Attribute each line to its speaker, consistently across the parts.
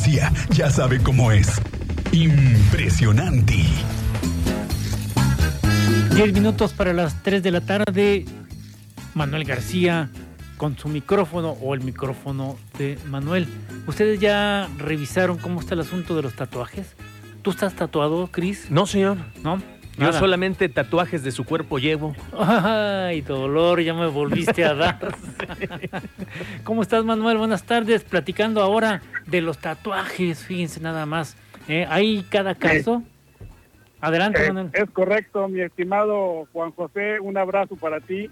Speaker 1: García ya sabe cómo es. Impresionante.
Speaker 2: 10 minutos para las 3 de la tarde. Manuel García con su micrófono o el micrófono de Manuel. ¿Ustedes ya revisaron cómo está el asunto de los tatuajes? ¿Tú estás tatuado, Cris?
Speaker 3: No, señor.
Speaker 2: ¿No?
Speaker 3: Yo
Speaker 2: Nada.
Speaker 3: solamente tatuajes de su cuerpo llevo.
Speaker 2: Ay, dolor, ya me volviste a dar. ¿Cómo estás, Manuel? Buenas tardes. Platicando ahora de los tatuajes, fíjense nada más. Eh, ¿Hay cada caso? Adelante,
Speaker 4: Eh,
Speaker 2: Manuel.
Speaker 4: es correcto, mi estimado Juan José, un abrazo para ti.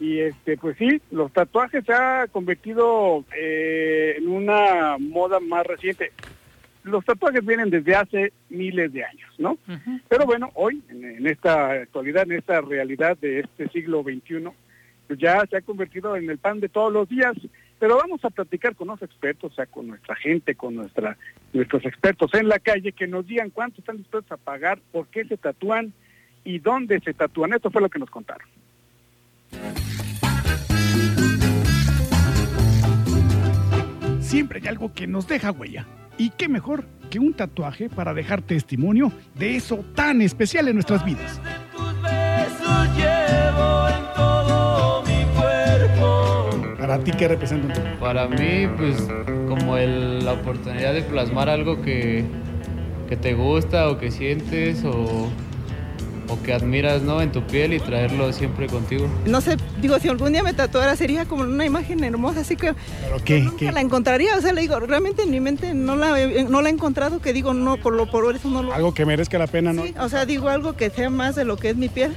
Speaker 4: Y este, pues sí, los tatuajes se ha convertido eh, en una moda más reciente. Los tatuajes vienen desde hace miles de años, ¿no?
Speaker 2: Ujú.
Speaker 4: Pero bueno, hoy, en, en esta actualidad, en esta realidad de este siglo XXI, pues ya se ha convertido en el pan de todos los días. Pero vamos a platicar con los expertos, o sea, con nuestra gente, con nuestra, nuestros expertos en la calle, que nos digan cuánto están dispuestos a pagar, por qué se tatúan y dónde se tatúan. Esto fue lo que nos contaron.
Speaker 5: Siempre hay algo que nos deja huella. Y qué mejor que un tatuaje para dejar testimonio de eso tan especial en nuestras vidas. Para ti, ¿qué representa un tatuaje?
Speaker 6: Para mí, pues, como el- la oportunidad de plasmar algo que, que te gusta o que sientes o, o que admiras, ¿no? En tu piel y traerlo siempre contigo.
Speaker 7: No sé, digo, si algún día me tatuara sería como una imagen hermosa, así que
Speaker 5: ¿Pero qué?
Speaker 7: nunca
Speaker 5: ¿Qué?
Speaker 7: la encontraría. O sea, le digo, realmente en mi mente no la, he- eh, no la he encontrado, que digo, no, por lo por eso no lo...
Speaker 5: Algo que merezca la pena, ¿no?
Speaker 7: Sí, o sea, digo algo que sea más de lo que es mi piel.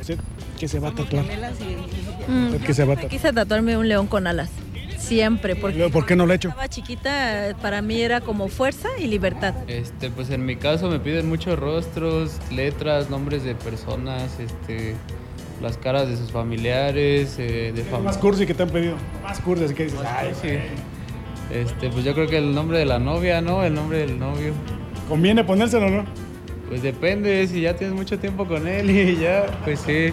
Speaker 5: ¿Usted ¿Qué se va a tatuar?
Speaker 8: Mm.
Speaker 5: ¿Usted qué se va a
Speaker 8: Me
Speaker 5: tatuar?
Speaker 8: Quise tatuarme un león con alas. Siempre, porque
Speaker 5: Luego, ¿Por qué no lo he hecho?
Speaker 8: cuando estaba chiquita, eh, para mí era como fuerza y libertad.
Speaker 6: Este, pues en mi caso me piden muchos rostros, letras, nombres de personas, este, las caras de sus familiares, eh, de
Speaker 5: Más
Speaker 6: familia.
Speaker 5: cursi que te han pedido. Más cursi, así que dices, "Ah". ay,
Speaker 6: Este, pues yo creo que el nombre de la novia, ¿no? El nombre del novio.
Speaker 5: ¿conviene ponérselo o no?
Speaker 6: Pues depende, si ya tienes mucho tiempo con él y ya, pues sí.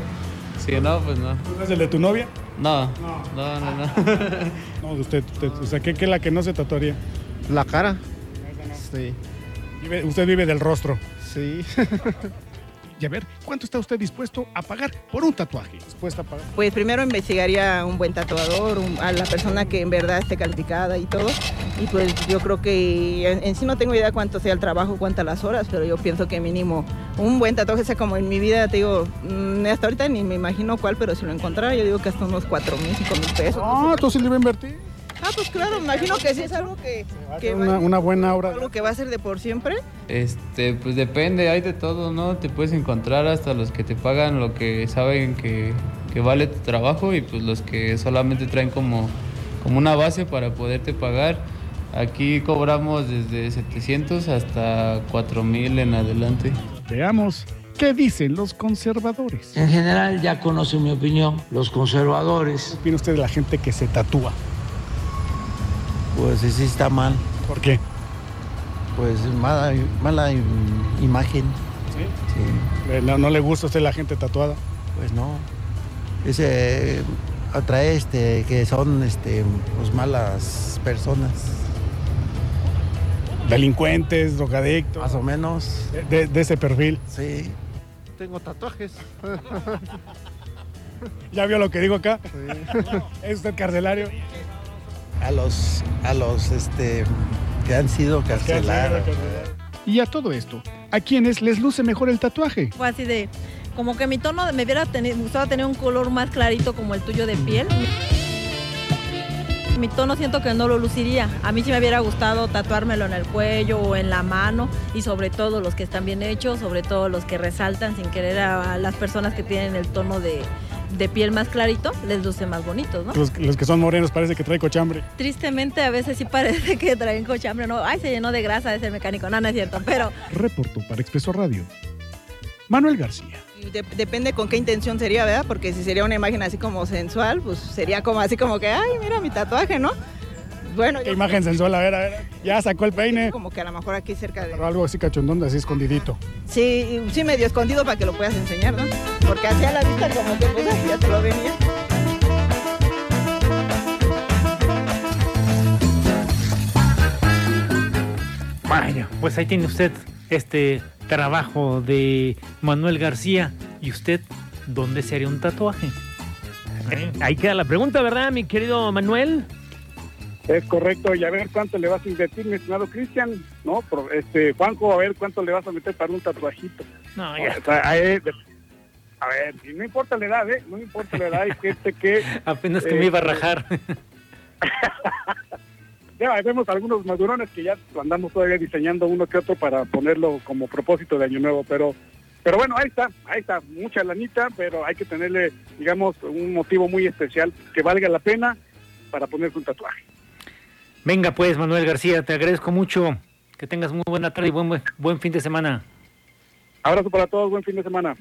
Speaker 6: Si no, pues no.
Speaker 5: ¿Tú eres el de tu novia?
Speaker 6: No, no, no, no.
Speaker 5: No, usted, usted, o sea, ¿qué qué es la que no se tatuaría?
Speaker 9: La cara. Sí,
Speaker 5: Vive- usted vive del rostro.
Speaker 9: sí.
Speaker 5: Y a ver, ¿cuánto está usted dispuesto a pagar por un tatuaje? Dispuesta a pagar.
Speaker 7: Pues primero investigaría a un buen tatuador, un- a la persona que en verdad esté calificada y todo. Y pues yo creo que en, en sí no tengo idea cuánto sea el trabajo, cuántas las horas, pero yo pienso que mínimo un buen tatuaje, o sea, como en mi vida, te digo, mm, hasta ahorita ni me imagino cuál, pero si lo encontrara, yo digo que hasta unos 4 mil, 5 mil pesos.
Speaker 5: Ah, entonces le iba a invertir.
Speaker 7: Ah, pues claro, me imagino que sí es algo que, que va-
Speaker 5: Una, una buena obra.
Speaker 7: algo que va a ser de por siempre.
Speaker 6: Este, pues depende, hay de todo, ¿no? Te puedes encontrar hasta los que te pagan lo que saben que, que vale tu trabajo y pues los que solamente traen como, como una base para poderte pagar. Aquí cobramos desde 700 hasta 4000 en adelante.
Speaker 5: Veamos qué dicen los conservadores.
Speaker 10: En general ya conoce mi opinión, los
Speaker 5: ¿Qué
Speaker 10: conservadores,
Speaker 5: opina usted de la gente que se tatúa?
Speaker 10: pues sí está mal,
Speaker 5: ¿Por qué?
Speaker 9: Pues mala, mala im- imagen.
Speaker 5: ¿Sí?
Speaker 9: Sí,
Speaker 5: Eh, No, no le gusta a usted la gente tatuada.
Speaker 9: pues no. Ese atrae este que son este pues malas personas.
Speaker 5: Delincuentes, drogadictos,
Speaker 9: Más o menos.
Speaker 5: de- de, de ese perfil.
Speaker 9: Sí. Tengo tatuajes.
Speaker 5: ¿Ya vio lo que digo acá? ¿Es usted carcelario?
Speaker 9: A los a los este que han sido carcelados.
Speaker 5: Y a todo esto, ¿a quiénes les luce mejor el tatuaje?
Speaker 8: Fue así de, como que mi tono, de- me hubiera teni- gustado tener un color más clarito como el tuyo de piel. Mi tono siento que no lo luciría. A mí sí me hubiera gustado tatuármelo en el cuello o en la mano y sobre todo los que están bien hechos, sobre todo los que resaltan sin querer a, a las personas que tienen el tono de, de piel más clarito, les luce más bonitos, ¿no?
Speaker 5: Los, los que son morenos parece que trae cochambre.
Speaker 8: Tristemente a veces sí parece que traen cochambre, ¿no? Ay, se llenó de grasa de ser mecánico. No, no es cierto, pero
Speaker 5: Reportó para Expreso Radio. Manuel García.
Speaker 7: Y de- depende con qué intención sería, ¿verdad? Porque si sería una imagen así como sensual, pues sería como así como que, ay, mira mi tatuaje, ¿no? Bueno,
Speaker 5: Qué
Speaker 7: yo-
Speaker 5: imagen sensual, a ver, a ver. Ya sacó el peine.
Speaker 7: como que a lo mejor aquí cerca de...
Speaker 5: Pero algo así cachondón, así escondidito.
Speaker 7: Sí, sí medio escondido para que lo puedas enseñar, ¿no? Porque hacia la vista como que pues, ay, ya te lo venía.
Speaker 2: Bueno, pues ahí tiene usted este trabajo de Manuel García. ¿Y usted dónde se haría un tatuaje? Eh,
Speaker 3: Ahí queda la pregunta, ¿verdad, mi querido Manuel?
Speaker 4: Es correcto, y a ver cuánto le vas a invertir, mi estimado Cristian, ¿no? Pro- Este, Juanjo, a ver cuánto le vas a meter para un tatuajito.
Speaker 2: No,
Speaker 4: O sea, a, ver, a ver, y no importa la edad, ¿eh? No importa la edad, es que este que...
Speaker 2: Apenas que
Speaker 4: eh,
Speaker 2: me iba a rajar.
Speaker 4: Ya vemos algunos madurones que ya andamos todavía diseñando uno que otro para ponerlo como propósito de año nuevo, pero pero bueno, ahí está, ahí está, mucha lanita, pero hay que tenerle, digamos, un motivo muy especial que valga la pena para ponerse un tatuaje.
Speaker 2: Venga pues, Manuel García, te agradezco mucho. Que tengas muy buena tarde y buen, buen fin de semana.
Speaker 4: Abrazo para todos, buen fin de semana.